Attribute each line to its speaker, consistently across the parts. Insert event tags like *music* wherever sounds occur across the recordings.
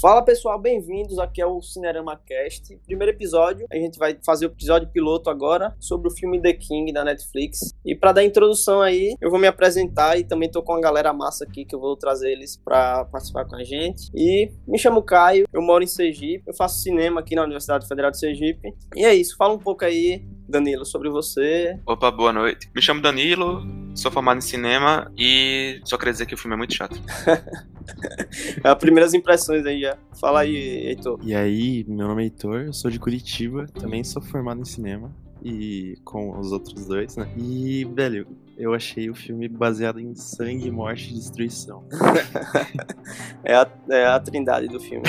Speaker 1: Fala pessoal, bem-vindos. Aqui é o Cinerama Cast. Primeiro episódio, a gente vai fazer o episódio piloto agora sobre o filme The King da Netflix. E para dar introdução aí, eu vou me apresentar e também tô com a galera massa aqui que eu vou trazer eles para participar com a gente. E me chamo Caio, eu moro em Sergipe, eu faço cinema aqui na Universidade Federal de Sergipe. E é isso, fala um pouco aí, Danilo, sobre você.
Speaker 2: Opa, boa noite. Me chamo Danilo, sou formado em cinema e só queria dizer que o filme é muito chato.
Speaker 1: É As primeiras impressões aí já. Fala aí, Heitor.
Speaker 3: E aí, meu nome é Heitor, eu sou de Curitiba, também sou formado em cinema e com os outros dois, né? E, velho, eu achei o filme baseado em sangue, morte e destruição.
Speaker 1: É a, é a trindade do filme.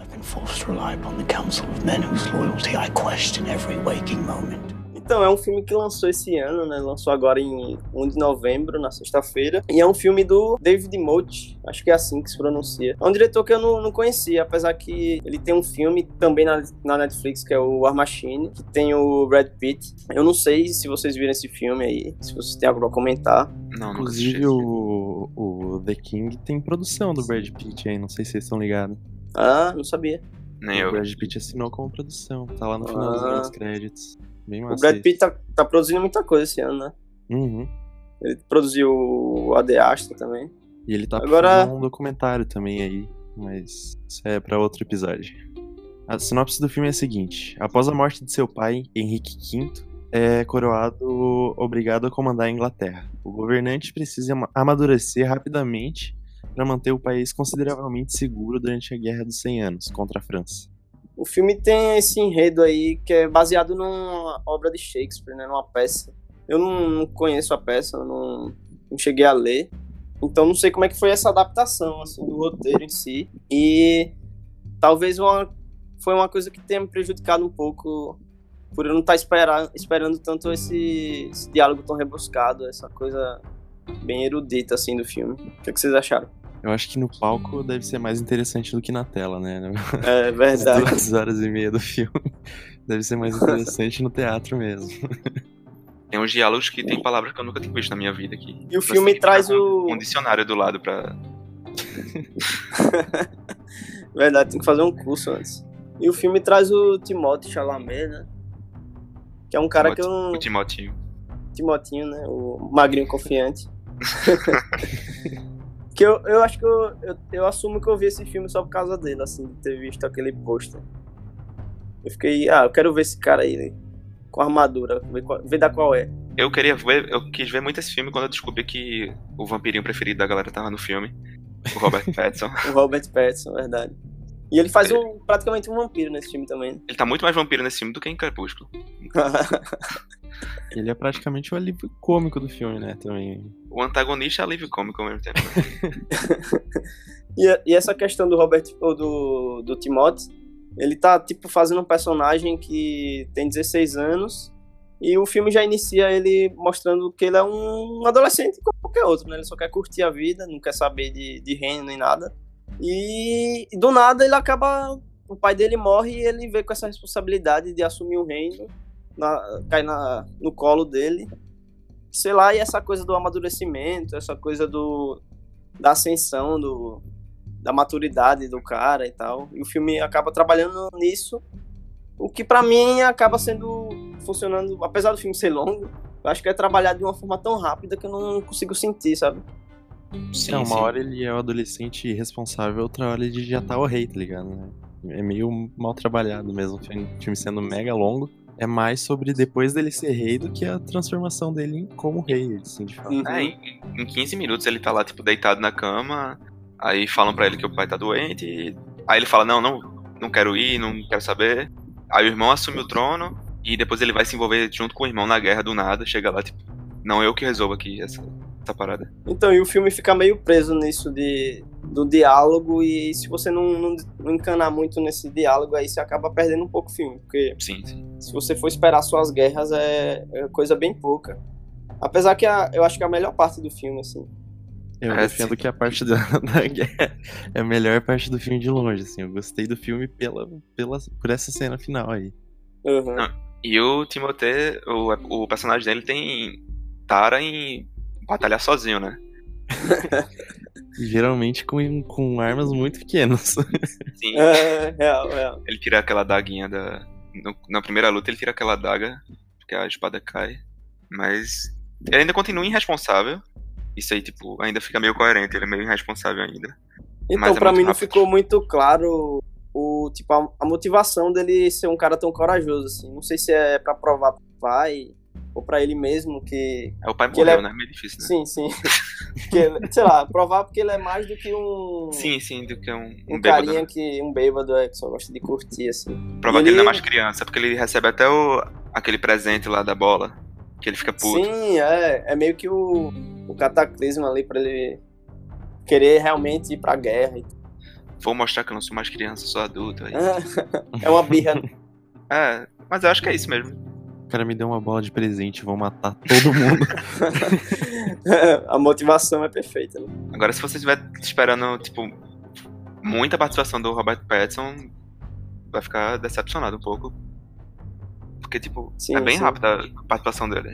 Speaker 4: I've been forced to rely upon the counsel of men whose loyalty I question every waking moment.
Speaker 1: Então, é um filme que lançou esse ano, né? Lançou agora em 1 de novembro, na sexta-feira. E é um filme do David Mote, acho que é assim que se pronuncia. É um diretor que eu não, não conhecia, apesar que ele tem um filme também na, na Netflix, que é o War Machine, que tem o Brad Pitt. Eu não sei se vocês viram esse filme aí, se vocês têm algo pra comentar.
Speaker 2: Não, nunca assisti.
Speaker 3: Inclusive, o, o The King tem produção do Brad Pitt aí, não sei se vocês estão ligados.
Speaker 1: Ah, não sabia.
Speaker 2: Nem
Speaker 3: O
Speaker 2: eu.
Speaker 3: Brad Pitt assinou como produção, tá lá no
Speaker 1: Ah.
Speaker 3: finalzinho dos créditos. Bem massa.
Speaker 1: O Brad
Speaker 3: isso.
Speaker 1: Pitt tá, tá produzindo muita coisa esse ano, né?
Speaker 3: Uhum.
Speaker 1: Ele produziu o A The Astra também.
Speaker 3: E ele tá
Speaker 1: Agora-
Speaker 3: fazendo um documentário também aí, mas isso é pra outro episódio. A sinopse do filme é a seguinte: após a morte de seu pai, Henrique V, é coroado obrigado a comandar a Inglaterra. O governante precisa ama- amadurecer rapidamente para manter o país consideravelmente seguro durante a Guerra dos 100 Anos contra a França.
Speaker 1: O filme tem esse enredo aí que é baseado numa obra de Shakespeare, né? Numa peça. Eu não, não conheço a peça, eu não, não cheguei a ler. Então não sei como é que foi essa adaptação assim, do roteiro em si. E talvez uma, foi uma coisa que tenha me prejudicado um pouco por eu não estar esperar, esperando tanto esse, esse diálogo tão rebuscado, essa coisa bem erudita assim do filme. O que, é que vocês acharam?
Speaker 3: Eu acho que no palco deve ser mais interessante do que na tela, né? *laughs*
Speaker 1: É
Speaker 3: As
Speaker 1: verdade.
Speaker 3: duas horas e meia do filme deve ser mais interessante no teatro mesmo.
Speaker 2: Tem uns diálogos que tem palavras que eu nunca tinha visto na minha vida aqui.
Speaker 1: E o filme
Speaker 2: Assim,
Speaker 1: traz
Speaker 2: tá com
Speaker 1: o-
Speaker 2: Um dicionário do lado pra.
Speaker 1: Verdade, tem que fazer um curso antes. E o filme traz o Timothée Chalamet, né? Que é um cara que eu não...
Speaker 2: O Timotinho.
Speaker 1: Timotinho, né? O magrinho confiante. *laughs* que eu, eu acho que eu, eu, eu assumo que eu vi esse filme só por causa dele, assim, de ter visto aquele pôster. Eu fiquei, ah, eu quero ver esse cara aí, né? Com armadura, ver, qual, ver da qual é.
Speaker 2: Eu queria ver, eu quis ver muito esse filme quando eu descobri que o vampirinho preferido da galera tava no filme. O
Speaker 3: *laughs*
Speaker 2: Robert Pattinson.
Speaker 1: O Robert Pattinson, verdade. E ele faz um, praticamente um vampiro nesse filme também. né?
Speaker 2: Ele tá muito mais vampiro nesse filme do que em Crepúsculo.
Speaker 1: *laughs*
Speaker 3: Ele é praticamente o alívio cômico do filme, né? Também.
Speaker 2: O antagonista é alívio cômico ao mesmo tempo.
Speaker 1: E, e essa questão do Robert ou do, do Timothy, ele tá tipo fazendo um personagem que tem 16 anos e o filme já inicia ele mostrando que ele é um adolescente como qualquer outro, né? Ele só quer curtir a vida, não quer saber de, de reino nem nada. E, e do nada ele acaba. O pai dele morre e ele vê com essa responsabilidade de assumir o reino, na- cai na, no colo dele. Sei lá, e essa coisa do amadurecimento, essa coisa do, da ascensão, do, da maturidade do cara e tal. E o filme acaba trabalhando nisso, o que pra mim acaba sendo funcionando, apesar do filme ser longo, eu acho que é trabalhado de uma forma tão rápida que eu não consigo sentir, sabe?
Speaker 2: Sim,
Speaker 3: Não, uma
Speaker 2: sim.
Speaker 3: hora ele é o adolescente responsável, outra hora ele já tá o rei, tá ligado? né? É meio mal trabalhado mesmo, o filme o filme sendo mega longo. É mais sobre depois dele ser rei do que a transformação dele em como rei, assim, de fato.
Speaker 2: É, em, em 15 minutos ele tá lá, tipo, deitado na cama, aí falam pra ele que o pai tá doente, e- aí ele fala, não, não, não quero ir, não quero saber. Aí o irmão assume o trono, e depois ele vai se envolver junto com o irmão na guerra do nada, chega lá, tipo, não, eu que resolvo aqui essa, essa parada.
Speaker 1: Então, e o filme fica meio preso nisso de, do diálogo, e se você não, não, não encanar muito nesse diálogo, aí você acaba perdendo um pouco o filme, porque
Speaker 2: Sim, sim.
Speaker 1: se você for esperar só as guerras, é, é coisa bem pouca. Apesar que a- eu acho que é a melhor parte do filme, assim.
Speaker 3: Eu
Speaker 2: É,
Speaker 3: defendo
Speaker 2: sim.
Speaker 3: que a parte da, *laughs* da guerra é a melhor parte do filme de longe, assim. Eu gostei do filme pela, pela, por essa cena final aí.
Speaker 1: Uhum.
Speaker 2: Não. E o Timothée, o, o personagem dele tem tara em batalhar sozinho, né?
Speaker 3: Geralmente com, com armas muito pequenas. *laughs*
Speaker 1: *laughs*
Speaker 2: Sim,
Speaker 1: É, real, real.
Speaker 2: ele tira aquela daguinha da. no- na primeira luta ele tira aquela daga, porque a espada cai. Mas ele ainda continua irresponsável. Isso aí, tipo, ainda fica meio coerente, ele é meio irresponsável ainda. Mas
Speaker 1: Então,
Speaker 2: é
Speaker 1: pra
Speaker 2: muito
Speaker 1: mim, não
Speaker 2: rápido.
Speaker 1: ficou muito claro o, tipo, a, a motivação dele ser um cara tão corajoso, assim. Não sei se é pra provar pro pai ou pra ele mesmo que...
Speaker 2: É, o pai
Speaker 1: Que ele
Speaker 2: morreu,
Speaker 1: é-
Speaker 2: né? É meio difícil, né?
Speaker 1: Sim, sim. *laughs* que, ele- sei lá, provar porque ele é mais do que um...
Speaker 2: Sim, sim, do que um, um,
Speaker 1: Um
Speaker 2: bêbado. né?
Speaker 1: carinha que... Um bêbado, é, que só gosta de curtir, assim.
Speaker 2: Provar
Speaker 1: e
Speaker 2: que ele não é
Speaker 1: ele-
Speaker 2: mais criança, porque ele recebe até o, aquele presente lá da bola, que ele fica puto.
Speaker 1: Sim, é. É meio que o, o cataclisma ali pra ele querer realmente ir pra guerra. e tudo. *laughs*
Speaker 2: Vou mostrar que eu não sou mais criança, sou adulto. Aí.
Speaker 1: É uma birra
Speaker 2: É, mas eu acho que é isso mesmo.
Speaker 3: O cara me deu uma bola de presente, vou matar todo mundo.
Speaker 1: *laughs* a motivação é perfeita, né?
Speaker 2: Agora, se você estiver esperando, tipo, muita participação do Robert Pattinson, vai ficar decepcionado um pouco. Porque, tipo,
Speaker 1: Sim,
Speaker 2: é bem
Speaker 1: sim.
Speaker 2: rápida a participação dele.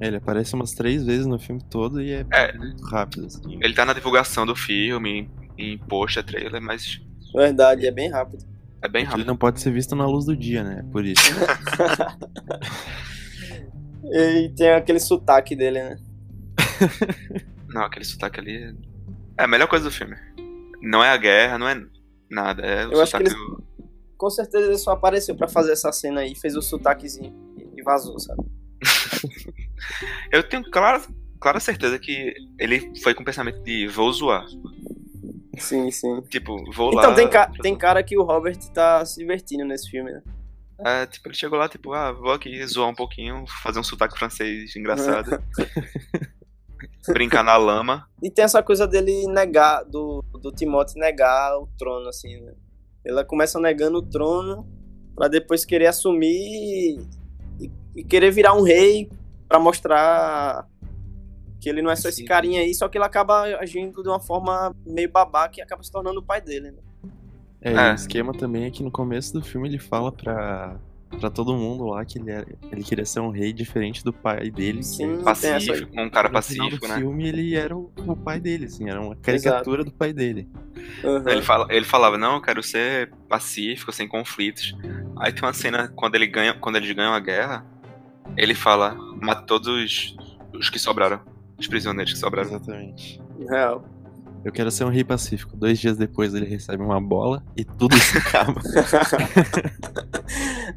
Speaker 3: É, Ele aparece umas três vezes no filme todo e é,
Speaker 2: É.
Speaker 3: muito rápido. assim.
Speaker 2: Ele tá na divulgação do filme, em, em poxa, trailer, mas
Speaker 1: Verdade, é bem rápido.
Speaker 2: é bem
Speaker 3: Ele
Speaker 2: rápido.
Speaker 3: não pode ser visto na luz do dia, né?
Speaker 2: *laughs*
Speaker 3: Por isso.
Speaker 1: E tem aquele sotaque dele, né? Uhum.
Speaker 2: Não, aquele sotaque ali. É a melhor coisa do filme. Não é a guerra, não é nada. É o
Speaker 1: Eu acho
Speaker 2: sotaque
Speaker 1: que
Speaker 2: do-
Speaker 1: Com certeza ele só apareceu pra fazer essa cena aí, fez o sotaquezinho e vazou, sabe?
Speaker 2: Eu tenho clara, clara certeza que ele foi com o pensamento de vou zoar.
Speaker 1: Sim, sim.
Speaker 2: Tipo, vou lá.
Speaker 1: Então tem, ca- tem cara que o Robert tá se divertindo nesse filme, né?
Speaker 2: É, tipo, ele chegou lá, tipo, ah, vou aqui zoar um pouquinho, fazer um sotaque
Speaker 1: *laughs*
Speaker 2: francês engraçado. Brincar na lama.
Speaker 1: E tem essa coisa dele negar, do, do Timóteo negar o trono, assim, né? Ela começa negando o trono pra depois querer assumir e, e querer virar um rei pra mostrar que ele não é só esse
Speaker 2: Sim.
Speaker 1: carinha aí, só que ele acaba agindo de uma forma meio babaca e acaba se tornando o pai dele, né?
Speaker 3: É,
Speaker 2: É.
Speaker 3: e O esquema também é que no começo do filme ele fala pra, pra todo mundo lá que ele, era- ele queria ser um rei diferente do pai dele. que
Speaker 1: Sim, tem essa aí.
Speaker 2: Pacífico, um cara
Speaker 3: no final
Speaker 2: pacífico,
Speaker 3: do
Speaker 2: né?
Speaker 3: filme ele era o, o pai dele, assim, era uma caricatura do pai dele.
Speaker 1: Uhum.
Speaker 2: Ele, fala, ele falava, não, eu quero ser pacífico, sem conflitos. Aí tem uma cena quando ele ganha, quando eles ganham a guerra, ele fala, mata todos os que sobraram. Os prisioneiros que sobraram.
Speaker 3: Exatamente.
Speaker 1: Real. *laughs*
Speaker 3: Eu quero ser um rei pacífico. Dois dias depois ele recebe uma bola e tudo se acaba.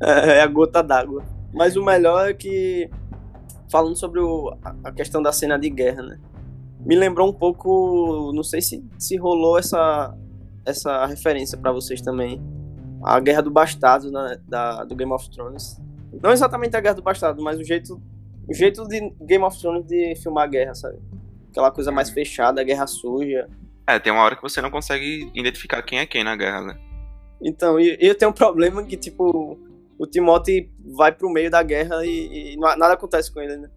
Speaker 1: é a gota d'água. Mas o melhor é que, falando sobre o- a- a questão da cena de guerra, né? Me lembrou um pouco, não sei se, se rolou essa, essa referência pra vocês também, a Guerra do Bastardo né, da, do Game of Thrones. Não exatamente a Guerra do Bastardo, mas o jeito, o jeito de Game of Thrones de filmar a guerra, sabe? Aquela coisa mais fechada, a guerra suja.
Speaker 2: É, tem uma hora que você não consegue identificar quem é quem na guerra, né?
Speaker 1: Então, e, e eu tenho um problema que, tipo, o Timóteo vai pro meio da guerra e, e na- nada acontece com ele, né?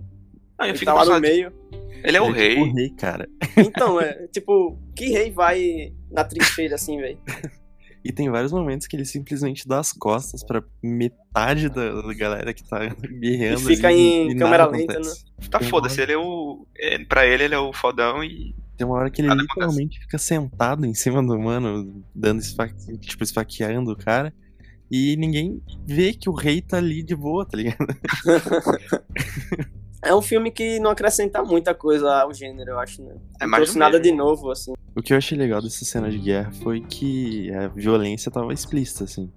Speaker 2: Aí Ah, eu
Speaker 1: Ele
Speaker 2: fico
Speaker 1: tá lá no
Speaker 2: pensando,
Speaker 1: meio.
Speaker 2: ele *laughs* é o rei,
Speaker 3: tipo O rei, cara.
Speaker 1: Então,
Speaker 2: *laughs*
Speaker 1: é, tipo, que rei vai na trincheira assim, velho?
Speaker 3: E tem vários momentos que ele simplesmente dá as costas pra metade da, da galera que tá guerreando.
Speaker 1: E fica
Speaker 3: ali
Speaker 1: em
Speaker 3: e
Speaker 1: câmera
Speaker 3: nada
Speaker 1: lenta, né?
Speaker 3: acontece.
Speaker 2: tá foda-se, ele é o... É, pra ele, ele é o fodão e...
Speaker 3: Tem uma hora que ele
Speaker 2: Nada acontece.
Speaker 3: literalmente fica sentado em cima do mano, dando esfa... tipo, esfaqueando o cara. E ninguém vê que o rei tá ali de boa, tá ligado?
Speaker 1: É um filme que não acrescenta muita coisa ao gênero, eu acho, né?
Speaker 2: É
Speaker 1: não
Speaker 2: mais
Speaker 1: trouxe
Speaker 2: do
Speaker 1: nada
Speaker 2: mesmo.
Speaker 1: de novo, assim.
Speaker 3: O que eu achei legal dessa cena de guerra foi que a violência tava explícita, assim.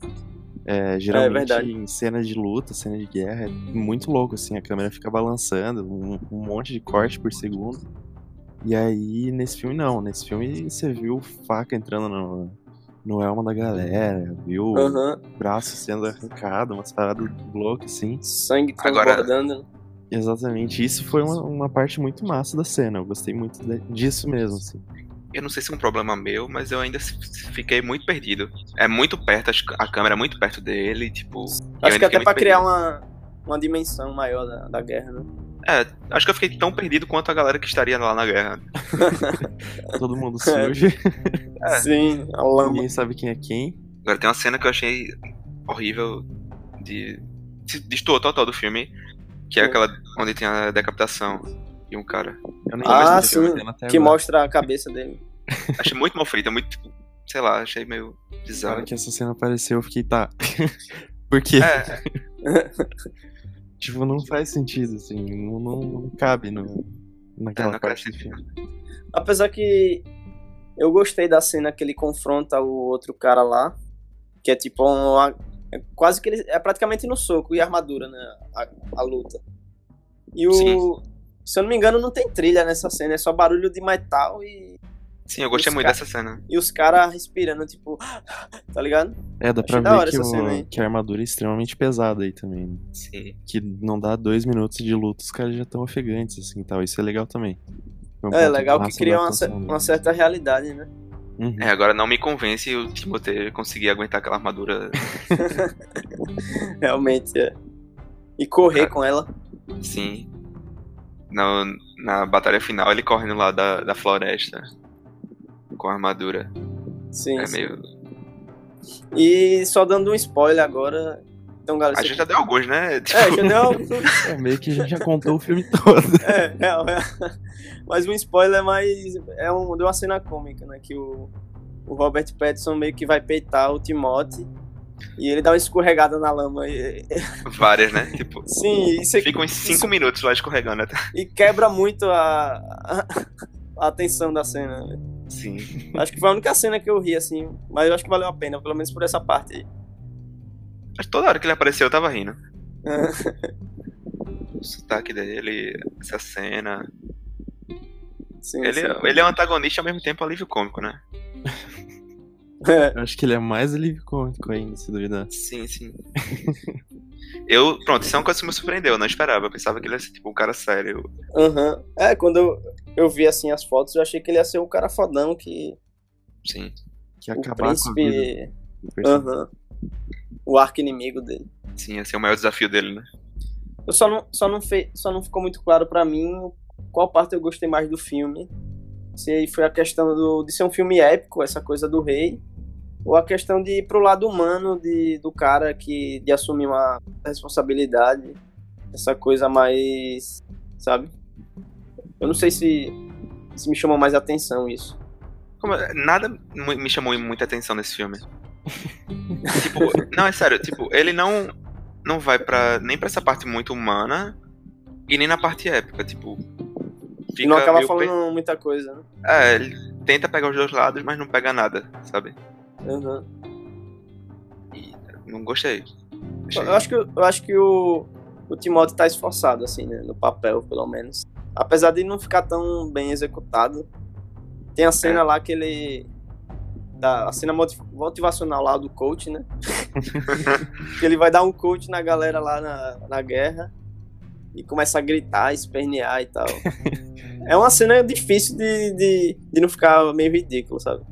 Speaker 3: É, geralmente
Speaker 1: verdade.
Speaker 3: em cenas de luta, cena de guerra, é muito louco, assim, a câmera fica balançando, um, um monte de corte por segundo. E aí, nesse filme não, nesse filme você viu faca entrando no, no elmo da galera, viu
Speaker 2: Uhum.
Speaker 1: Aham.
Speaker 3: braço sendo arrancado, umas paradas loucas, assim.
Speaker 1: Sangue
Speaker 2: Agora-
Speaker 1: transbordando.
Speaker 3: Exatamente. Isso foi uma, uma parte muito massa da cena. Eu gostei muito de- disso mesmo, assim.
Speaker 2: Eu não sei se é um problema meu, mas eu ainda s- s- fiquei muito perdido. É muito perto, as c- a câmera é muito perto dele, tipo... eu
Speaker 1: Acho que
Speaker 2: ainda fiquei
Speaker 1: até pra
Speaker 2: muito
Speaker 1: criar
Speaker 2: perdido.
Speaker 1: uma, uma dimensão maior da, da guerra, né?
Speaker 2: É, acho que eu fiquei tão perdido quanto a galera que estaria lá na guerra.
Speaker 1: *laughs*
Speaker 3: Todo mundo surge,
Speaker 2: É.
Speaker 1: Sim, a lama.
Speaker 3: *laughs* ninguém sabe quem é quem.
Speaker 2: Agora tem uma cena que eu achei horrível de. se Destoou total do filme, que é
Speaker 1: Sim.
Speaker 2: aquela onde tem a decapitação de um cara.
Speaker 3: Eu nem
Speaker 1: Ah,
Speaker 3: lembro se eu
Speaker 1: sim,
Speaker 3: tô vendo até
Speaker 1: Que
Speaker 3: agora.
Speaker 1: mostra a cabeça dele.
Speaker 2: Achei muito mal feita, muito. tipo, Sei lá, achei meio
Speaker 3: Na
Speaker 2: bizarro.
Speaker 3: hora que essa cena apareceu, eu fiquei, tá. *laughs* Por quê?
Speaker 2: É,
Speaker 3: Tipo, não faz sentido, assim. Não, não, não cabe no,
Speaker 2: É,
Speaker 3: naquela
Speaker 2: não
Speaker 3: parte do
Speaker 2: acrescenta
Speaker 3: filme.
Speaker 1: Apesar que eu gostei da cena que ele confronta o outro cara lá, que é tipo uma, é quase que ele é praticamente no soco e armadura, né, a, a luta. E o
Speaker 2: Sim.
Speaker 1: se eu não me engano não tem trilha nessa cena, é só barulho de metal e,
Speaker 2: sim, eu gostei
Speaker 1: Os
Speaker 2: muito
Speaker 1: ca-
Speaker 2: dessa cena.
Speaker 1: e os caras respirando tipo, *laughs* tá ligado?
Speaker 3: É, dá pra
Speaker 1: Achei da hora
Speaker 3: ver que,
Speaker 1: essa
Speaker 3: o-
Speaker 1: cena aí.
Speaker 3: que a armadura é extremamente pesada aí também. né?
Speaker 2: Sim.
Speaker 3: Que não dá dois minutos de luta, os caras já estão ofegantes, assim tal. Isso é legal também. Foi um
Speaker 1: É
Speaker 3: ponto
Speaker 1: legal que
Speaker 3: massa
Speaker 1: cria
Speaker 3: da
Speaker 1: uma,
Speaker 3: atuação
Speaker 1: cer-
Speaker 3: dele.
Speaker 1: uma certa realidade, né? *laughs*
Speaker 3: Uhum.
Speaker 2: É, agora não me convence o Timothée conseguir aguentar aquela armadura.
Speaker 1: Realmente é. E correr
Speaker 2: Cara.
Speaker 1: com ela.
Speaker 2: Sim. Na, na batalha final, ele correndo lá da, da floresta com a armadura.
Speaker 1: Sim.
Speaker 2: é
Speaker 1: sim.
Speaker 2: meio.
Speaker 1: E só dando um spoiler agora. Então, galera,
Speaker 2: A
Speaker 1: você-
Speaker 2: gente já deu alguns, né? Tipo, *laughs*
Speaker 1: É, já deu
Speaker 3: É, meio que a gente já contou o filme *laughs* todo.
Speaker 1: É, real, é. Mas um spoiler mais. É um, de uma cena cômica, né? Que o, o Robert Pattinson meio que vai peitar o Timothy. E ele dá uma escorregada na lama. E, e-
Speaker 2: várias, né? Tipo,
Speaker 1: sim, isso aqui-
Speaker 2: fica uns 5
Speaker 1: isso-
Speaker 2: minutos lá escorregando até.
Speaker 1: E quebra muito a, a, a atenção da cena. né.
Speaker 2: Sim.
Speaker 1: Acho que foi a única cena que eu ri, assim. Mas eu acho que valeu a pena, pelo menos por essa parte *laughs* aí.
Speaker 2: Mas toda hora que ele apareceu, eu tava rindo. O sotaque dele, essa cena.
Speaker 1: Sim,
Speaker 2: Ele,
Speaker 1: sim.
Speaker 2: ele é um antagonista e ao mesmo tempo alívio cômico, né?
Speaker 1: É,
Speaker 3: Eu acho que ele é mais alívio cômico ainda, se duvidar.
Speaker 2: Sim, sim. *laughs* eu, pronto, isso é uma coisa que me surpreendeu, eu não esperava. Eu pensava que ele ia ser tipo um cara sério.
Speaker 1: aham. é, quando eu, eu vi assim as fotos, eu achei que ele ia ser o cara fodão que
Speaker 2: Sim.
Speaker 3: Que
Speaker 1: o
Speaker 3: acabar com a vida
Speaker 1: príncipe.
Speaker 3: do personagem.
Speaker 1: Aham. O arco inimigo dele.
Speaker 2: Sim, esse é o maior desafio dele, né?
Speaker 1: Eu só não, só não, fe... só não ficou muito claro pra mim qual parte eu gostei mais do filme. Se aí foi a questão do, de ser um filme épico, essa coisa do rei, ou a questão de ir pro lado humano de, do cara que de assumir uma responsabilidade, essa coisa mais, sabe? Eu não sei se se me chamou mais atenção isso.
Speaker 2: Como- nada mu- me chamou muita atenção nesse filme. tipo, não, é sério, tipo, ele não não vai para nem pra essa parte muito humana e nem na parte épica, tipo,
Speaker 1: e não acaba
Speaker 2: meio per-
Speaker 1: falando muita coisa, né?
Speaker 2: É, ele tenta pegar os dois lados, mas não pega nada, sabe?
Speaker 1: Aham.
Speaker 2: Não gostei. Achei-
Speaker 1: Eu acho que, eu acho que o, o Timóteo tá esforçado, assim, né? No papel, pelo menos. Apesar de não ficar tão bem executado. Tem a cena
Speaker 2: É.
Speaker 1: lá que ele. Da, a cena motiv- motivacional lá do coach,
Speaker 2: *laughs*
Speaker 1: né? que ele vai dar um coach na galera lá na, na guerra. E começa a gritar, espernear e
Speaker 2: *laughs*
Speaker 1: tal. é uma cena difícil de, de, de não ficar meio ridículo, sabe?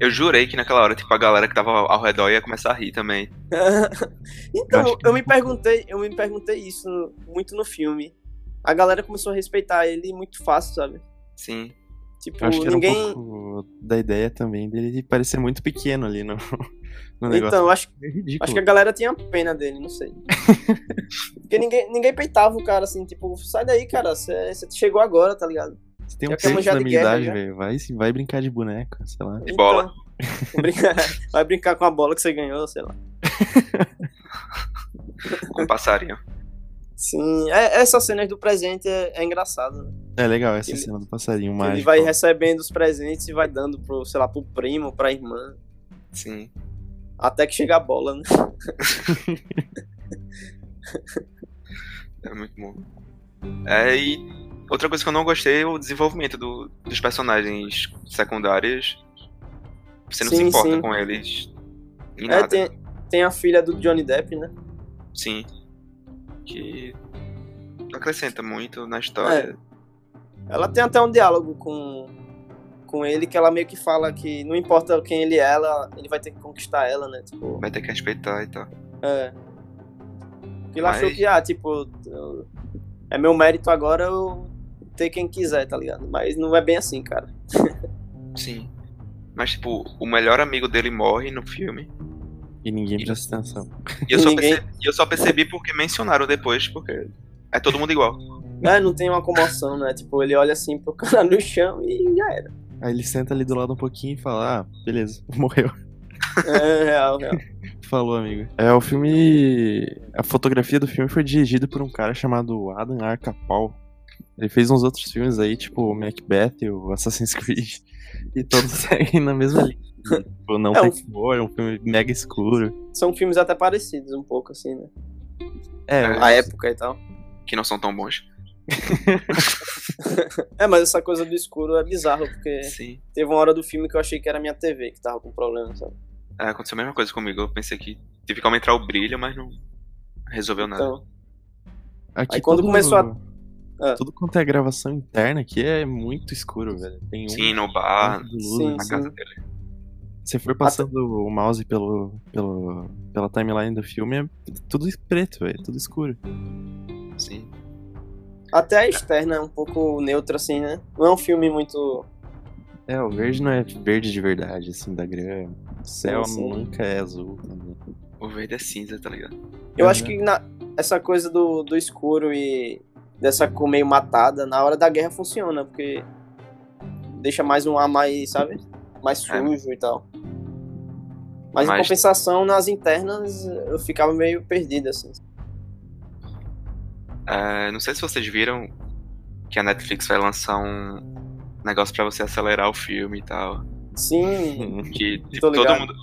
Speaker 2: Eu jurei que naquela hora, tipo, a galera que tava ao redor ia começar a rir também.
Speaker 1: então,
Speaker 3: Eu acho
Speaker 1: eu,
Speaker 3: que-
Speaker 1: me perguntei, eu me perguntei isso no- muito no filme. A galera começou a respeitar ele muito fácil, sabe?
Speaker 2: Sim.
Speaker 1: Tipo,
Speaker 3: Eu acho que era
Speaker 1: ninguém.
Speaker 3: um pouco da ideia também dele parecer muito pequeno ali no, *laughs* no negócio.
Speaker 1: Então, acho,
Speaker 3: é ridículo.
Speaker 1: acho que a galera tinha pena dele, não
Speaker 3: *laughs*
Speaker 1: sei. Porque ninguém, ninguém peitava o cara assim, tipo, sai daí, cara, você chegou agora, tá ligado?
Speaker 3: Você tem um
Speaker 1: já que é uma
Speaker 3: terço
Speaker 1: já
Speaker 3: da
Speaker 1: de
Speaker 3: minha
Speaker 1: guerra,
Speaker 3: idade,
Speaker 1: já.
Speaker 3: velho. Vai, se- vai brincar de boneco, sei lá.
Speaker 2: E bola.
Speaker 1: Então, *laughs* brinca- vai brincar com a bola que você ganhou, sei lá. Então.
Speaker 2: Com o passarinho.
Speaker 1: Sim, é, essas cenas do presente é, é engraçado, né?
Speaker 3: É legal essa
Speaker 1: Ele-
Speaker 3: cena do passarinho
Speaker 1: Que Ele
Speaker 3: mágico.
Speaker 1: vai recebendo os presentes e vai dando pro, sei lá, pro primo, pra irmã.
Speaker 2: Sim.
Speaker 1: Até que chega a bola, né?
Speaker 2: É muito bom. É, e outra coisa que eu não gostei é o desenvolvimento do- dos personagens secundários. Você não se
Speaker 1: Sim,
Speaker 2: importa
Speaker 1: sim.
Speaker 2: com eles em
Speaker 1: É,
Speaker 2: nada.
Speaker 1: tem, tem a filha do Johnny Depp, né?
Speaker 2: Sim. Que não acrescenta muito na história.
Speaker 1: É. Ela tem até um diálogo com, com ele que ela meio que fala que não importa quem ele é, ela, ele vai ter que conquistar ela, né? Tipo,
Speaker 2: Vai ter que respeitar e tal.
Speaker 1: é. Porque ele achou
Speaker 2: Mas-
Speaker 1: que, ah, tipo, eu- é meu mérito agora eu ter quem quiser, tá ligado? Mas não é bem assim, cara.
Speaker 2: Sim. Mas, tipo, o melhor amigo dele morre no filme.
Speaker 3: E ninguém presta atenção.
Speaker 2: E eu, só
Speaker 1: *laughs* Ninguém-
Speaker 2: percebi, e eu só percebi porque mencionaram depois, porque é todo mundo igual.
Speaker 1: né? É, não tem uma comoção, né? Tipo, ele olha assim pro cara no chão e já era.
Speaker 3: Aí ele senta ali do lado um pouquinho e fala: Ah, beleza, *laughs* morreu.
Speaker 1: É real, real.
Speaker 3: Falou, amigo. É, o filme. A fotografia do filme foi dirigida por um cara chamado Adam Arcapal. Ele fez uns outros filmes aí, tipo Macbeth, o Assassin's Creed. *laughs* E todos seguem na mesma linha. Tipo, não
Speaker 1: É,
Speaker 3: tem
Speaker 1: o-
Speaker 3: cor, é um filme mega escuro.
Speaker 1: São filmes até parecidos um pouco, assim, né?
Speaker 3: É,
Speaker 2: É.
Speaker 1: A época e tal.
Speaker 2: que não são tão bons.
Speaker 1: É, mas essa coisa do escuro é bizarro, porque
Speaker 2: Sim.
Speaker 1: teve uma hora do filme que eu achei que era minha TV que tava com problema, sabe?
Speaker 2: É, aconteceu a mesma coisa comigo. Eu pensei que tive que aumentar o brilho, mas não resolveu nada.
Speaker 1: Então,
Speaker 3: aqui
Speaker 1: Aí quando
Speaker 3: tudo-
Speaker 1: começou a- Ah.
Speaker 3: Tudo quanto é gravação interna aqui é muito escuro, velho. Tem um.
Speaker 2: Sim, no
Speaker 3: monte
Speaker 2: bar,
Speaker 3: de luz,
Speaker 1: sim, Ah, Então,
Speaker 2: na
Speaker 1: Uhum. sim.
Speaker 2: casa dele.
Speaker 3: Você for passando o mouse pelo, pelo, pela timeline do filme, é tudo preto, velho, tudo escuro.
Speaker 2: Sim.
Speaker 1: Até a externa é um pouco neutra, assim, né? Não é um filme muito.
Speaker 3: É, o verde não é verde de verdade, assim, da grama. O céu
Speaker 1: Sim, sim.
Speaker 3: nunca é azul também.
Speaker 2: O verde é cinza, tá ligado?
Speaker 1: Eu
Speaker 3: Uhum.
Speaker 1: acho que na- essa coisa do, do escuro e dessa cor meio matada, na hora da guerra funciona, porque deixa mais um ar mais, sabe? Mais
Speaker 2: É.
Speaker 1: sujo e tal. Mas, em
Speaker 2: Mas-
Speaker 1: compensação, nas internas, eu ficava meio perdido, assim.
Speaker 2: É, não sei se vocês viram que a Netflix vai lançar um negócio pra você acelerar o filme e tal. *laughs*
Speaker 1: Sim,
Speaker 3: Hum,
Speaker 2: Que tipo,
Speaker 1: Tô
Speaker 2: todo
Speaker 1: ligado.
Speaker 2: mundo.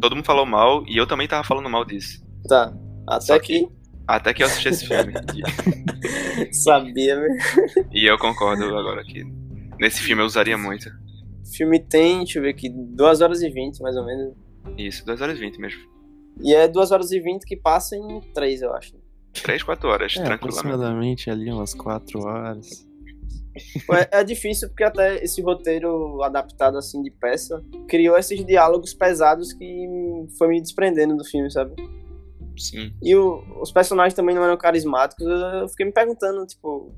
Speaker 2: Todo mundo falou mal e eu também tava falando mal disso.
Speaker 1: tá. Até
Speaker 2: Só
Speaker 1: que
Speaker 2: que- Até que eu assisti
Speaker 1: *laughs*
Speaker 2: esse filme. *laughs*
Speaker 1: sabia, né?
Speaker 2: E, e eu concordo agora que nesse filme eu usaria muito.
Speaker 1: O filme tem, deixa eu ver aqui, 2 horas e 20, mais ou menos.
Speaker 2: Isso, 2 horas e 20 mesmo.
Speaker 1: E é 2 horas e 20 que passa em 3, eu acho.
Speaker 2: 3, 4 horas,
Speaker 3: É,
Speaker 2: tranquilamente.
Speaker 3: aproximadamente ali umas 4 horas.
Speaker 1: Pô, É, é difícil porque até esse roteiro adaptado assim de peça criou esses diálogos pesados que foi me desprendendo do filme, sabe?
Speaker 2: Sim.
Speaker 1: E o- os personagens também não eram carismáticos. Eu fiquei me perguntando, tipo,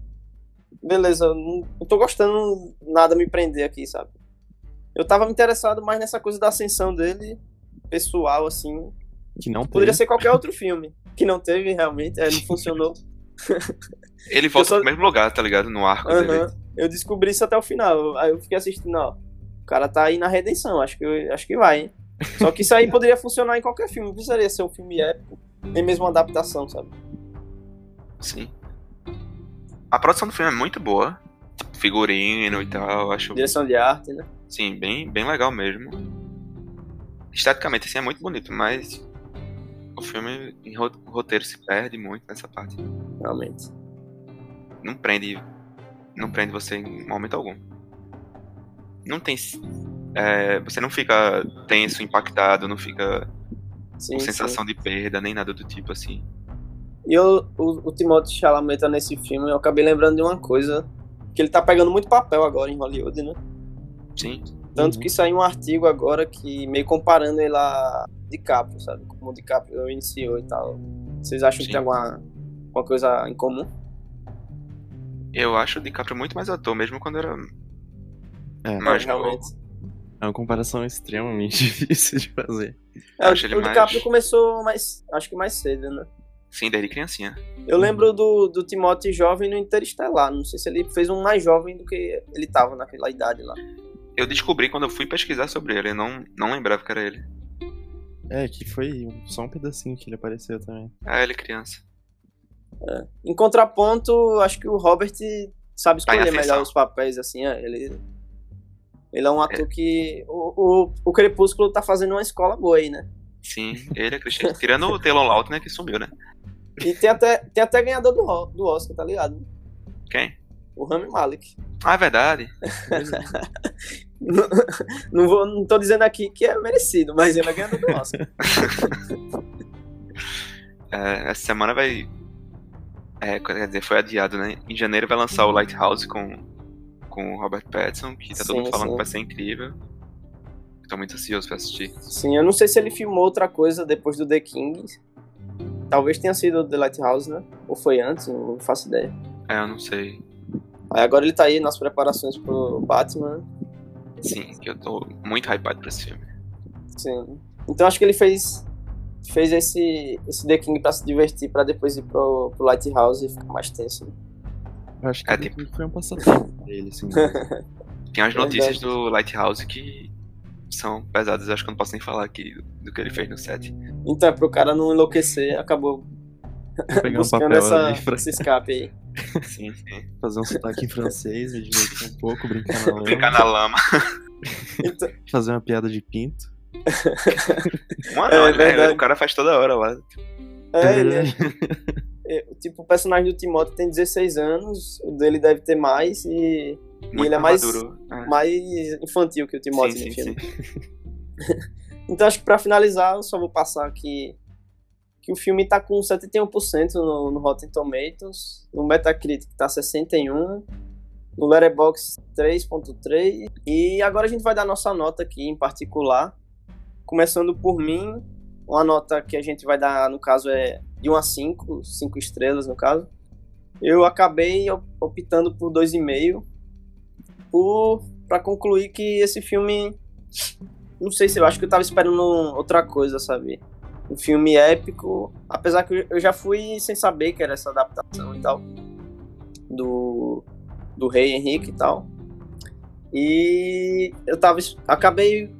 Speaker 1: beleza, eu não, não tô gostando nada me prender aqui, sabe? Eu tava me interessado mais nessa coisa da ascensão dele, pessoal, assim.
Speaker 3: Que não tem.
Speaker 1: Poderia ser qualquer outro filme. Que não teve, realmente, é, não funcionou.
Speaker 2: Ele volta
Speaker 1: só-
Speaker 2: pro mesmo lugar, tá ligado? No arco dele.
Speaker 1: Aham. Eu descobri isso até o final. Aí eu fiquei assistindo, ó. O cara tá aí na redenção, acho que, acho que vai, hein? Só que isso aí poderia funcionar em qualquer filme, não precisaria ser um filme épico, nem mesmo uma adaptação, sabe?
Speaker 2: Sim. A produção do filme é muito boa. Tipo, Figurino e tal, acho.
Speaker 1: Direção de arte, né?
Speaker 2: Sim, bem, bem legal mesmo. Esteticamente, assim, é muito bonito, mas o filme em ro- roteiro se perde muito nessa parte.
Speaker 1: Realmente.
Speaker 2: Não prende. Não prende você em momento algum. Não tem. s- é, você não fica tenso, impactado, não fica
Speaker 1: Sim,
Speaker 2: com
Speaker 1: sim.
Speaker 2: sensação de perda, nem nada do tipo assim.
Speaker 1: E eu, o, o Timothée Chalamet tá nesse filme, eu acabei lembrando de uma coisa, que ele tá pegando muito papel agora em Hollywood, né?
Speaker 2: Sim.
Speaker 1: Tanto
Speaker 3: Uhum.
Speaker 1: que saiu um artigo agora que meio comparando ele a DiCaprio, sabe? Como o DiCaprio iniciou e tal. Vocês acham
Speaker 2: Sim.
Speaker 1: que tem alguma, alguma coisa em comum?
Speaker 2: Eu acho o DiCaprio muito mais ator, mesmo quando era.
Speaker 3: É.
Speaker 2: mais novo.
Speaker 1: realmente.
Speaker 3: É uma comparação extremamente *laughs* difícil de fazer.
Speaker 1: É,
Speaker 2: Acho ele
Speaker 1: o DiCaprio
Speaker 2: mais-
Speaker 1: começou mais, acho que mais cedo, né?
Speaker 2: Sim, desde criancinha.
Speaker 1: Eu lembro do, do Timóteo jovem no Interestelar, não sei se ele fez um mais jovem do que ele tava naquela idade lá.
Speaker 2: Eu descobri quando eu fui pesquisar sobre ele, eu não, não lembrava que era ele.
Speaker 3: É, que foi só um pedacinho que ele apareceu também.
Speaker 2: Ah, ele criança.
Speaker 1: Em contraponto, acho que o Robert sabe
Speaker 2: Tá em
Speaker 1: escolher
Speaker 2: ascensão.
Speaker 1: melhor os papéis, assim, é, ele... Ele é um ator que... O, o, o Crepúsculo tá fazendo uma escola boa aí, né? *laughs*
Speaker 2: Sim, ele é Cristiano. Tirando o Taylor Lautner que sumiu, né?
Speaker 1: E tem até, tem até ganhador do, Ro- do Oscar, tá ligado?
Speaker 2: Quem?
Speaker 1: O Rami Malek. *laughs*
Speaker 2: Ah, é verdade.
Speaker 1: Não, não, vou, não tô dizendo aqui que é merecido, mas ele é ganhador do Oscar.
Speaker 2: É, essa semana vai. É, quer dizer, foi adiado, né? Em janeiro vai lançar o
Speaker 1: Uhum.
Speaker 2: Lighthouse com, com o Robert Pattinson, que tá todo
Speaker 1: Sim,
Speaker 2: mundo falando
Speaker 1: sim.
Speaker 2: que vai ser incrível. Tô muito ansioso pra assistir.
Speaker 1: Sim, eu não sei se ele filmou outra coisa depois do The King. Talvez tenha sido o The Lighthouse, né? Ou foi antes, não faço ideia.
Speaker 2: É, eu não sei.
Speaker 1: Aí agora ele tá aí nas preparações pro Batman.
Speaker 2: Sim, que eu tô muito hypado pra esse filme.
Speaker 1: Sim. Então acho que ele fez fez esse, esse The King pra se divertir, pra depois ir pro, pro Lighthouse e ficar mais tenso. Ah,
Speaker 3: Eu acho que
Speaker 2: É, né?
Speaker 1: *laughs*
Speaker 3: ele foi um passatempo pra ele, assim.
Speaker 2: Tem as
Speaker 1: É Verdade.
Speaker 2: notícias do Lighthouse que são pesadas, acho que eu não posso nem falar aqui do- do que ele fez no set.
Speaker 1: Então, é pro cara não enlouquecer, acabou
Speaker 3: Vou pegar
Speaker 1: *laughs*
Speaker 3: um
Speaker 1: buscando
Speaker 3: papel
Speaker 1: essa-
Speaker 3: ali pra
Speaker 1: esse escape aí.
Speaker 2: Sim, sim.
Speaker 3: fazer um sotaque em francês, me divertir um pouco, brincar na lama,
Speaker 2: Ficar
Speaker 1: *laughs*
Speaker 2: na lama.
Speaker 3: *laughs*
Speaker 1: Então,
Speaker 3: fazer uma piada de pinto.
Speaker 2: Uma não,
Speaker 1: É
Speaker 2: ele-
Speaker 1: verdade.
Speaker 2: o cara faz toda hora lá.
Speaker 1: é, ele é-
Speaker 3: verdade.
Speaker 1: é, tipo, o personagem do Timóteo tem 16 anos, o dele deve ter mais, e
Speaker 2: Muito
Speaker 1: ele é mais-
Speaker 2: maduro. É.
Speaker 1: mais infantil que o Timóteo
Speaker 2: Sim,
Speaker 1: no
Speaker 2: sim,
Speaker 1: filme.
Speaker 2: sim.
Speaker 1: *laughs*
Speaker 2: *laughs*
Speaker 1: Então acho que pra finalizar, eu só vou passar aqui que o filme tá com 71% no, no Rotten Tomatoes, no Metacritic tá 61, no Letterboxd 3.3 e agora a gente vai dar nossa nota aqui em particular, começando por mim, uma nota que a gente vai dar, no caso é de 1 a 5, 5 estrelas no caso. Eu acabei op- optando por 2,5 por para concluir que esse filme não sei se eu acho que eu tava esperando outra coisa, sabe? Um filme épico, apesar que eu já fui sem saber que era essa adaptação e tal do do Rei Henrique e tal. E eu tava es- acabei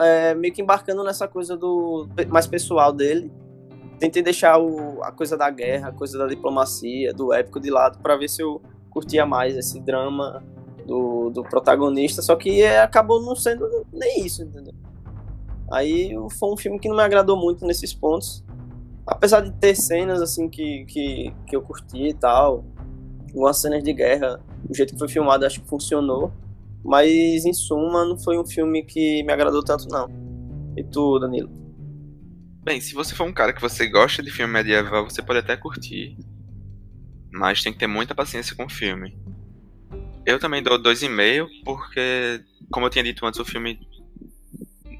Speaker 1: é, meio que embarcando nessa coisa do mais pessoal dele. Tentei deixar o, a coisa da guerra, a coisa da diplomacia, do épico de lado pra ver se eu curtia mais esse drama do, do protagonista, só que é, acabou não sendo nem isso, entendeu? Aí eu- foi um filme que não me agradou muito nesses pontos. Apesar de ter cenas assim que, que, que eu curti e tal, algumas cenas de guerra, o jeito que foi filmado acho que funcionou. Mas em suma não foi um filme que me agradou tanto não. E tu, Danilo?
Speaker 2: Bem, se você for um cara que você gosta de filme medieval, você pode até curtir. Mas tem que ter muita paciência com o filme. Eu também dou 2,5, porque, como eu tinha dito antes, o filme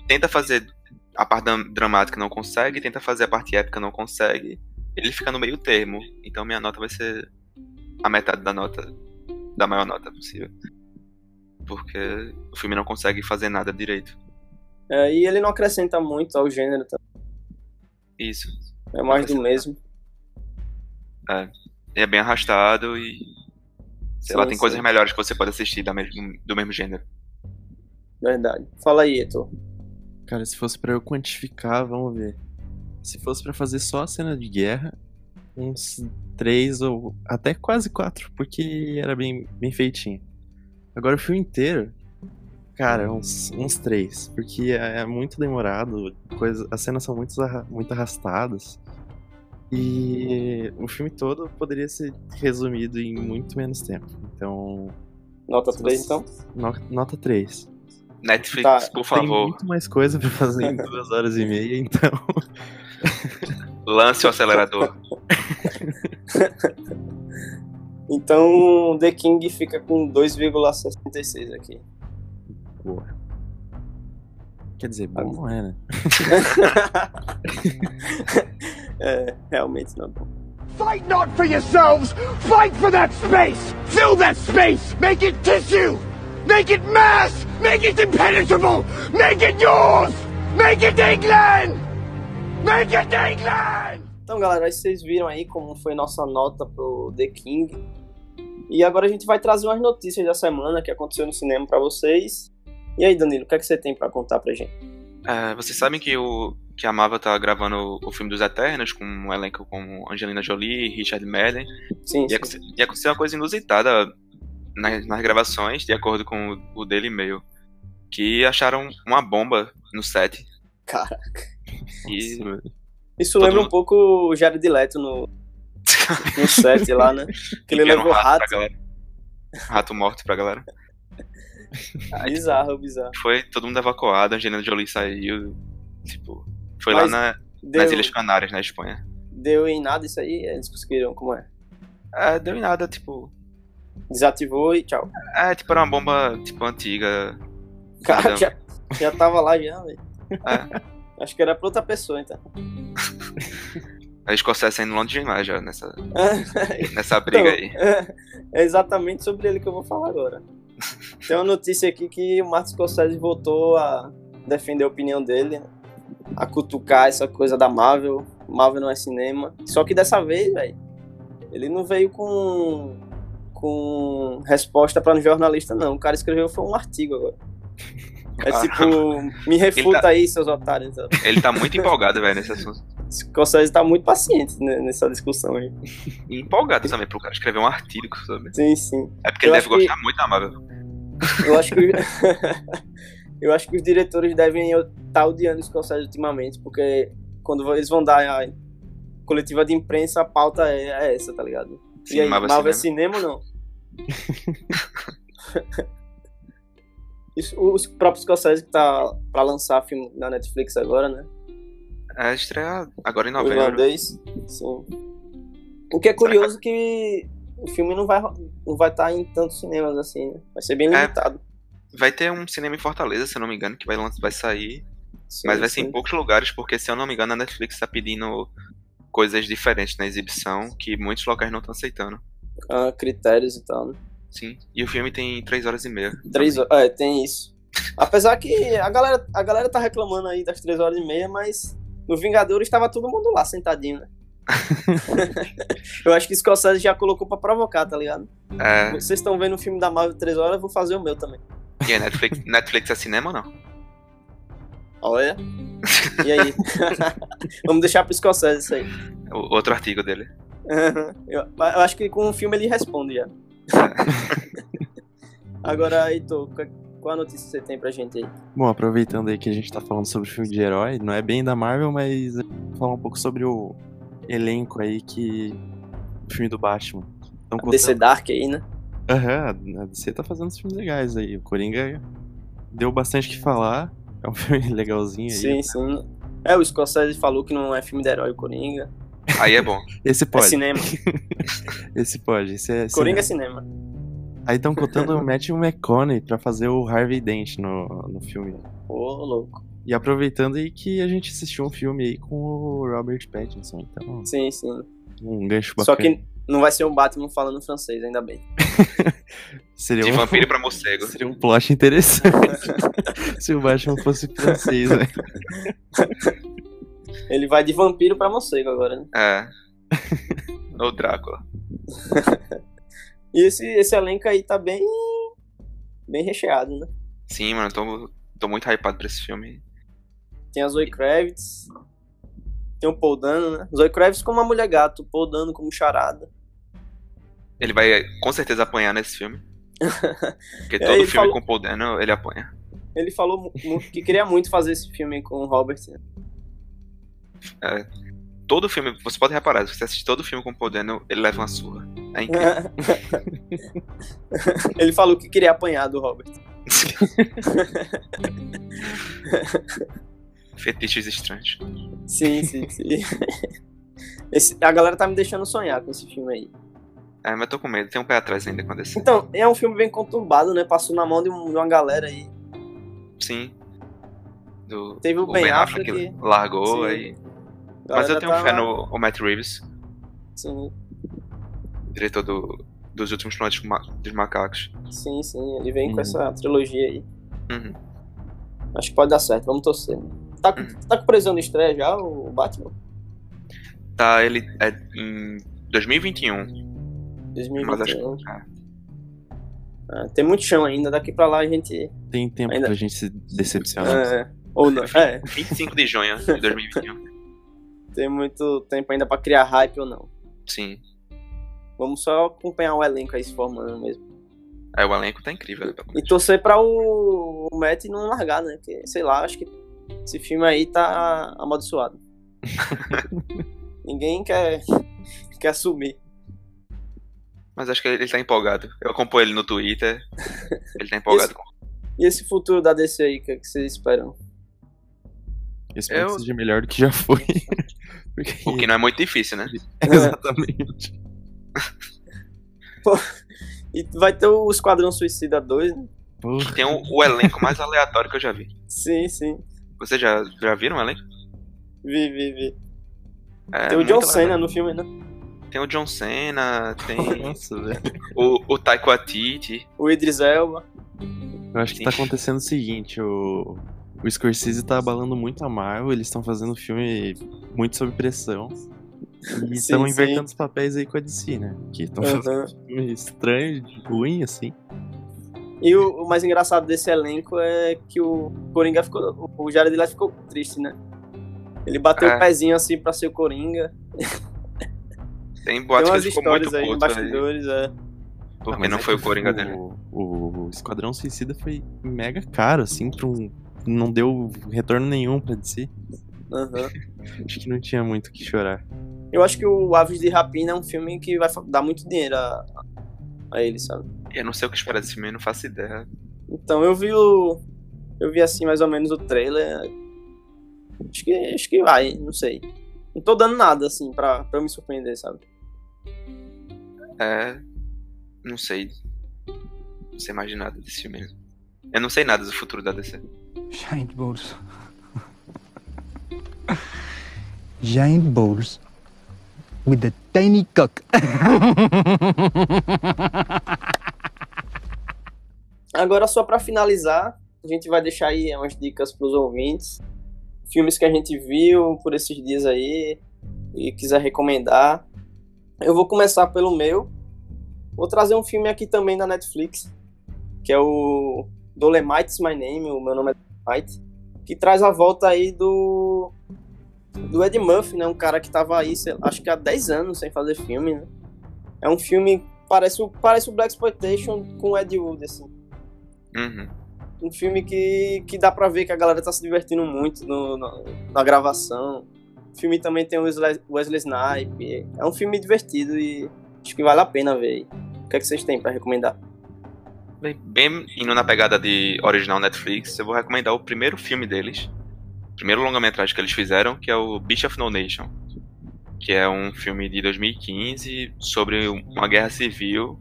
Speaker 2: tenta fazer a parte dram- dramática não consegue, tenta fazer a parte épica não consegue. Ele fica no meio termo. Então minha nota vai ser a metade da nota, da maior nota possível. Porque o filme não consegue fazer nada direito.
Speaker 1: É, e ele não acrescenta muito ao gênero, tá?
Speaker 2: Isso.
Speaker 1: é mais do mesmo.
Speaker 2: é bem arrastado e.
Speaker 1: Sim,
Speaker 2: Sei lá, tem
Speaker 1: sim.
Speaker 2: coisas melhores que você pode assistir da mesmo, do mesmo gênero.
Speaker 1: Verdade. Fala aí, Heitor.
Speaker 3: Cara, se fosse pra eu quantificar, vamos ver. Se fosse pra fazer só a cena de guerra, uns três ou até quase quatro, porque era bem, bem feitinho. Agora o filme inteiro, cara, uns, uns três, porque é, é muito demorado, coisa, as cenas são muito, arra- muito arrastadas. E o filme todo poderia ser resumido em muito menos tempo. Então,
Speaker 1: Nota
Speaker 3: Se
Speaker 1: 3
Speaker 3: você-
Speaker 1: então?
Speaker 3: no- nota três.
Speaker 2: Netflix,
Speaker 1: Tá,
Speaker 2: por
Speaker 3: Tem
Speaker 2: favor,
Speaker 3: muito mais coisa pra fazer em duas horas e meia, então.
Speaker 2: lance o acelerador.
Speaker 1: Então The King fica com 2,66 aqui. *laughs*
Speaker 3: Quer dizer, bom não é, né?
Speaker 1: É, realmente não é bom.
Speaker 5: Fight not for yourselves! Fight for that space! Fill that space! Make it tissue! Make it mass! Make it impenetrable! Make it yours! Make it England! Make it England!
Speaker 1: Então, galera, aí vocês viram aí como foi nossa nota pro The King. E agora a gente vai trazer umas notícias da semana que aconteceu no cinema pra vocês. E aí, Danilo, o que, é que você tem pra contar pra gente?
Speaker 2: É, vocês sabem que, o, que a Marvel tá gravando o filme dos Eternos, com um elenco como Angelina Jolie, Richard Madden.
Speaker 1: Sim,
Speaker 2: E,
Speaker 1: sim.
Speaker 2: é aconte- e aconteceu uma coisa inusitada nas, nas gravações, de acordo com o, o Daily Mail, que acharam uma bomba no set.
Speaker 1: *laughs* Cara,
Speaker 2: E
Speaker 1: isso
Speaker 2: Todo
Speaker 1: lembra um
Speaker 2: mundo-
Speaker 1: pouco o Jared Leto
Speaker 2: *laughs*
Speaker 1: no, no set lá, né? Que ele
Speaker 2: enfiaram
Speaker 1: levou rato.
Speaker 2: um pra galera. Rato morto pra galera. Aí,
Speaker 1: Bizarro, bizarro.
Speaker 2: foi todo mundo evacuado, a Angelina Jolie saiu, tipo, foi
Speaker 1: Mas
Speaker 2: lá na-
Speaker 1: Deu,
Speaker 2: nas Ilhas Canárias, na Espanha.
Speaker 1: deu em nada isso aí? Eles conseguiram, como é?
Speaker 2: É, deu em nada, tipo,
Speaker 1: Desativou e tchau.
Speaker 2: é, tipo, era uma bomba, tipo, antiga.
Speaker 1: Cara,
Speaker 2: Caramba.
Speaker 1: já, já tava lá já, velho.
Speaker 2: É,
Speaker 1: *laughs* Acho que era pra outra pessoa, então.
Speaker 2: a Escocesa indo longe demais
Speaker 1: *laughs*
Speaker 2: já nessa, nessa briga aí.
Speaker 1: Então, É exatamente sobre ele que eu vou falar
Speaker 2: *laughs*
Speaker 1: agora. Tem uma notícia aqui que o Martin Scorsese voltou a defender a opinião dele, né? a cutucar essa coisa da Marvel. Marvel não é cinema. Só que dessa vez, velho, ele não veio com, com com resposta pra um jornalista, não. O cara escreveu foi um artigo agora. É tipo, me refuta
Speaker 2: Ele tá-
Speaker 1: aí, seus otários. sabe?
Speaker 2: Ah, *laughs* Ele tá muito empolgado, velho, nesse assunto.
Speaker 1: O Scorsese tá muito paciente né, nessa discussão aí.
Speaker 2: E empolgado também pro cara escrever um artigo sobre.
Speaker 1: Sim, sim.
Speaker 2: É porque
Speaker 1: Eu
Speaker 2: ele
Speaker 1: acho
Speaker 2: deve gostar muito da Marvel.
Speaker 1: Eu acho que. *laughs* Eu acho que os diretores devem estar odiando o Scorsese ultimamente, porque quando eles vão dar a coletiva de imprensa, a pauta é, é essa, tá ligado? e aí, Marvel, é
Speaker 2: Cinema.
Speaker 1: cinema ou não? *laughs* Isso, o o próprio Scorsese que tá pra lançar filme na Netflix agora, né?
Speaker 2: É estreia agora em
Speaker 1: O
Speaker 2: novembro.
Speaker 1: irlandês. Sim. O que é curioso que o filme não vai não vai estar em tantos cinemas assim, né? Vai ser bem
Speaker 2: É,
Speaker 1: limitado.
Speaker 2: Vai ter um cinema em Fortaleza, se eu não me engano, que vai, lan- vai sair.
Speaker 1: Sim,
Speaker 2: Mas vai ser
Speaker 1: sim.
Speaker 2: em poucos lugares, porque se eu não me engano, a Netflix tá pedindo coisas diferentes na exibição que muitos locais não estão aceitando.
Speaker 1: Ah, critérios e tal, né?
Speaker 2: Sim. E o filme tem 3 horas e meia.
Speaker 1: Três horas. É, tem isso. Apesar que a galera, a galera tá reclamando aí das três horas e meia, mas no Vingadores tava todo mundo lá sentadinho,
Speaker 2: *laughs*
Speaker 1: né? eu acho que Scorsese já colocou pra provocar, tá ligado?
Speaker 2: É,
Speaker 1: Vocês estão vendo o filme da Marvel três horas, eu vou fazer o meu também.
Speaker 2: e a Netflix, *laughs* Netflix é cinema ou não?
Speaker 1: Olha. E
Speaker 2: *laughs*
Speaker 1: aí? Vamos deixar pro Scorsese isso aí.
Speaker 2: O- outro artigo dele.
Speaker 1: *laughs* eu, eu acho que com o filme ele responde
Speaker 3: *laughs*
Speaker 1: já. Agora, Heitor, qual- qual a notícia que você tem pra gente aí?
Speaker 3: Bom, aproveitando aí que a gente tá falando sobre filme de herói, não é bem da Marvel, mas eu vou falar um pouco sobre o elenco aí que. O filme do Batman. Então,
Speaker 1: DC Dark aí, né?
Speaker 3: Aham, a DC tá fazendo uns filmes legais aí. O Coringa deu bastante o que falar. É um *laughs* filme legalzinho aí.
Speaker 1: Sim, sim. É, o Scorsese falou que não é filme de herói o Coringa.
Speaker 2: Aí é bom.
Speaker 3: Esse pode.
Speaker 1: É
Speaker 3: *laughs*
Speaker 1: cinema.
Speaker 3: Esse pode. Esse é
Speaker 1: Coringa é cinema.
Speaker 3: cinema. Aí estão contando o Matthew McConaughey pra fazer o Harvey Dent no, no filme.
Speaker 1: Ô, louco.
Speaker 3: E aproveitando aí que a gente assistiu um filme aí com o Robert Pattinson. Então,
Speaker 1: Sim, sim.
Speaker 3: um gancho bacana.
Speaker 1: Só que não vai ser o Batman falando francês, ainda bem.
Speaker 3: Seria
Speaker 2: De
Speaker 3: um...
Speaker 2: vampiro pra morcego.
Speaker 3: *laughs* Seria um plot interessante *laughs* se o Batman fosse francês, né?
Speaker 1: Ele vai de vampiro pra morcego agora, né?
Speaker 2: É. Ou Drácula.
Speaker 1: E esse, esse elenco aí tá bem. bem recheado, né?
Speaker 2: Sim, mano, eu tô, tô muito hypado pra esse filme.
Speaker 1: Tem a Zoe Kravitz. Tem o Paul Dano, né? Zoe Kravitz como a mulher gato, Paul Dano como charada.
Speaker 2: Ele vai com certeza apanhar nesse filme.
Speaker 1: *laughs*
Speaker 2: Porque todo
Speaker 1: É, ele
Speaker 2: filme
Speaker 1: falou-
Speaker 2: com o Paul Dano, ele apanha.
Speaker 1: Ele falou mu- mu- que queria muito fazer esse filme com o *laughs* Robert. né?
Speaker 2: Todo filme, você pode reparar, se você assiste todo filme com o Paul Dano, ele leva uma surra. É incrível.
Speaker 1: *laughs* Ele falou que queria apanhar do Robert.
Speaker 2: Fetiches estranhos.
Speaker 1: Sim, sim, sim. *laughs* Esse- a galera tá me deixando sonhar com esse filme aí.
Speaker 2: É, mas eu tô com medo, tem um pé atrás ainda quando esse.
Speaker 1: Então, é um filme bem conturbado, né? Passou na mão de, um- de uma galera aí.
Speaker 2: Sim. Do,
Speaker 1: Teve o Ben Affleck que-
Speaker 2: largou
Speaker 1: Sim.
Speaker 2: aí.
Speaker 1: A
Speaker 2: Mas eu
Speaker 1: galera
Speaker 2: tenho um
Speaker 1: tá
Speaker 2: fé
Speaker 1: lá,
Speaker 2: no o Matt Reeves,
Speaker 1: Sim,
Speaker 2: diretor do, dos últimos planos dos macacos.
Speaker 1: sim, sim. Ele vem
Speaker 3: Uhum.
Speaker 1: com essa trilogia aí.
Speaker 2: Uhum. Uhum.
Speaker 1: Acho que pode dar certo, vamos torcer. né? Tá, com- tá com previsão de estreia já, o Batman?
Speaker 2: Tá, ele é em 2021.
Speaker 1: 2021. Ah, é. tem muito chão ainda, daqui pra lá a gente.
Speaker 3: Tem tempo
Speaker 1: Ainda-
Speaker 3: pra gente se
Speaker 2: Tá.
Speaker 3: decepcionar.
Speaker 1: É, ou não. É,
Speaker 2: 25 de junho de
Speaker 1: *laughs*
Speaker 2: 2021.
Speaker 1: tem muito tempo ainda pra criar hype ou não.
Speaker 2: Sim.
Speaker 1: Vamos só acompanhar o elenco aí se formando mesmo.
Speaker 2: Aí o elenco tá incrível, né, pelo
Speaker 1: E
Speaker 2: menos.
Speaker 1: torcer pra o, o Matt não largar, né? Porque, sei lá, acho que esse filme aí tá
Speaker 2: *laughs*
Speaker 1: amaldiçoado. Ninguém quer, quer assumir.
Speaker 2: Mas acho que ele tá empolgado. Eu acompanho ele no Twitter. Ele tá empolgado. com.
Speaker 1: E esse futuro da DC aí, o que, é que vocês
Speaker 2: *laughs*
Speaker 1: esperam?
Speaker 3: Eu espero
Speaker 2: eu-
Speaker 3: que seja melhor do que
Speaker 2: *laughs*
Speaker 3: já foi. Porque-
Speaker 2: O que não é muito difícil, né?
Speaker 3: *laughs*
Speaker 1: É,
Speaker 3: Exatamente.
Speaker 1: E vai ter o Esquadrão Suicida 2, né?
Speaker 3: Porra.
Speaker 2: Tem o,
Speaker 1: *laughs*
Speaker 2: o elenco mais aleatório que eu já vi.
Speaker 1: Sim, sim.
Speaker 2: Vocês já, já viram o elenco?
Speaker 1: Vi, vi, vi.
Speaker 2: É,
Speaker 1: Tem o
Speaker 2: muito
Speaker 1: John
Speaker 2: aleatório.
Speaker 1: Cena no filme, né?
Speaker 2: Tem o John Cena, tem
Speaker 3: Nossa, velho.
Speaker 2: o, o Taiko Atiti.
Speaker 1: O Idris Elba.
Speaker 3: Eu acho que tá acontecendo o seguinte, o. O Scorsese tá abalando muito a Marvel, eles estão fazendo filme muito sob pressão. E
Speaker 1: Sim,
Speaker 3: estão
Speaker 1: sim.
Speaker 3: invertendo os papéis aí com a DC, né? Que estão
Speaker 1: Aham.
Speaker 3: fazendo filme estranho, de ruim, assim.
Speaker 1: E o, o mais engraçado desse elenco é que o Coringa ficou. O Jared Leto ficou triste, né? Ele bateu
Speaker 2: É.
Speaker 1: o pezinho assim pra ser o Coringa.
Speaker 2: Tem
Speaker 1: Tem
Speaker 2: boatos que
Speaker 1: umas
Speaker 2: ele ficou muito
Speaker 1: histórias aí em
Speaker 2: puto aí,
Speaker 1: bastidores, é.
Speaker 2: porque
Speaker 3: mas
Speaker 2: não
Speaker 3: é
Speaker 2: foi
Speaker 3: que
Speaker 2: o Coringa dele.
Speaker 3: O Esquadrão Suicida foi mega caro, assim, pra um. Não deu retorno nenhum pra DC.
Speaker 1: Aham.
Speaker 3: Acho que não tinha muito o que chorar.
Speaker 1: Uhum. Eu acho que o Aves de Rapina é um filme que vai fa- dar muito dinheiro a, a ele, sabe?
Speaker 2: Eu não sei o que esperar desse filme, não faço ideia.
Speaker 1: Então eu vi o. Eu vi assim mais ou menos o trailer. Acho que, acho que vai, não sei. Não tô dando nada, assim, pra, pra eu me surpreender, sabe?
Speaker 2: É. Não sei. Não sei mais de nada desse filme. mesmo. Eu não sei nada do futuro da DC.
Speaker 6: Giant balls. *laughs* Giant balls with a tiny cock.
Speaker 1: Agora, só pra finalizar, a gente vai deixar aí umas dicas pros ouvintes. Filmes que a gente viu por esses dias aí e quiser recomendar. Eu vou começar pelo meu. Vou trazer um filme aqui também da Netflix, que é o Dolemite's My Name, o meu nome é Dolemite, que traz a volta aí do do Ed Murphy, né? Um cara que tava aí, sei lá, acho que há 10 anos sem fazer filme, né? É um filme parece o parece o Black Exploitation com o Ed Wood, assim
Speaker 2: Uhum.
Speaker 1: um filme que, que dá pra ver que a galera tá se divertindo muito no, no- na gravação. O filme também tem o Wesley, Wesley Snipe. É um filme divertido e acho que vale a pena ver. O que, é que vocês têm pra recomendar?
Speaker 2: Bem, bem indo na pegada de original Netflix, eu vou recomendar o primeiro filme deles, o primeiro longa-metragem que eles fizeram, que é o Beach of No Nation, que é um filme de 2015 sobre uma guerra civil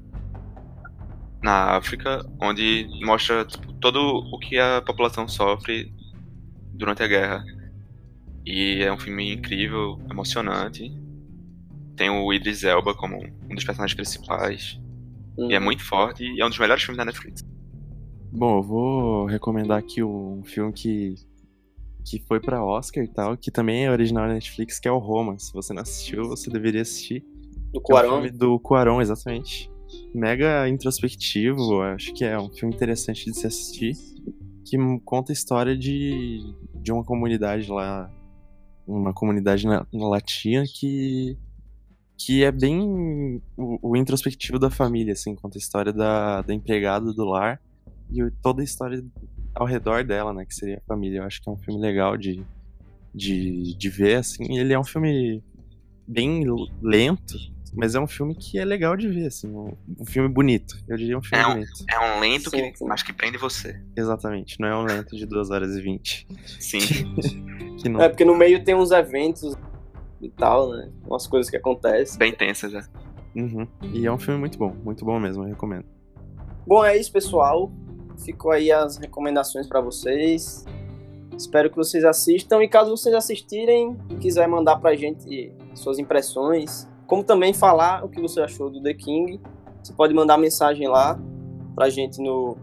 Speaker 2: na África, onde mostra tipo, todo o que a população sofre durante a guerra. E é um filme incrível, emocionante. Tem o Idris Elba como um dos personagens principais. E é muito forte e é um dos melhores filmes da Netflix.
Speaker 3: Bom, eu vou recomendar aqui um filme que. Que foi pra Oscar e tal, que também é original da Netflix, que é o Roma. Se você não assistiu, você deveria assistir.
Speaker 1: Do
Speaker 3: Que é um
Speaker 1: Cuarón.
Speaker 3: filme do Cuarón, exatamente. Mega introspectivo, acho que é um filme interessante de se assistir, que m- conta a história de, de uma comunidade lá, uma comunidade na, na latina que que é bem o, o introspectivo da família, assim, conta a história da, da empregada do lar e o- toda a história ao redor dela, né, que seria a família. Eu acho que é um filme legal de, de, de ver, assim, ele é um filme bem l- lento, mas é um filme que é legal de ver, assim, um, um filme bonito. Eu diria um filme
Speaker 2: É um-
Speaker 3: bonito.
Speaker 2: É um lento
Speaker 1: Sim,
Speaker 2: que
Speaker 1: sim.
Speaker 2: mas que prende você.
Speaker 3: Exatamente, não é um lento de 2 horas e 20.
Speaker 2: Sim.
Speaker 3: Que não
Speaker 2: né?
Speaker 1: É, porque no meio tem uns eventos e tal, né? Umas coisas que acontecem.
Speaker 2: *laughs* Bem tensa já.
Speaker 3: Uhum. E é um filme muito bom, muito bom mesmo, eu recomendo.
Speaker 1: Bom, é isso, pessoal. Ficou aí as recomendações pra vocês. Espero que vocês assistam e caso vocês assistirem, quiser mandar pra gente suas impressões, como também falar o que você achou do The King, você pode mandar mensagem lá pra gente no,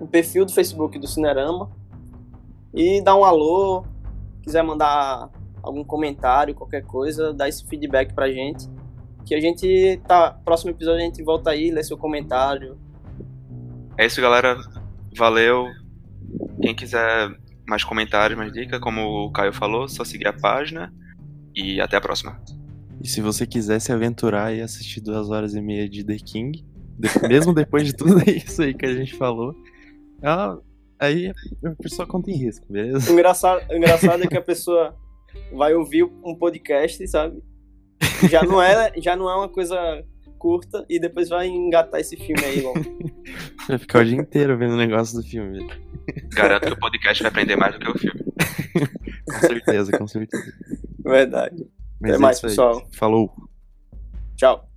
Speaker 1: no perfil do Facebook do Cinerama e dar um alô, quiser mandar algum comentário, qualquer coisa, dá esse feedback pra gente. Que a gente tá. Próximo episódio a gente volta aí, lê seu comentário,
Speaker 2: É isso, galera. Valeu. Quem quiser mais comentários, mais dicas, como o Caio falou, só seguir a página. E até a próxima.
Speaker 3: E se você quiser se aventurar e assistir duas horas e meia de The King, de- mesmo depois de tudo *laughs* isso aí que a gente falou, ela- aí a pessoa conta em risco, beleza?
Speaker 1: O engraçado, o engraçado é que a pessoa vai ouvir um podcast, sabe? Já não é, já não é uma coisa curta e depois vai engatar esse filme aí longo.
Speaker 3: Vai ficar o dia inteiro vendo o negócio do filme,
Speaker 2: Garanto que o podcast vai prender mais do que o filme.
Speaker 3: com certeza, com certeza.
Speaker 1: Verdade.
Speaker 3: Mas é
Speaker 1: mais,
Speaker 3: isso aí.
Speaker 1: pessoal.
Speaker 3: Falou.
Speaker 1: Tchau.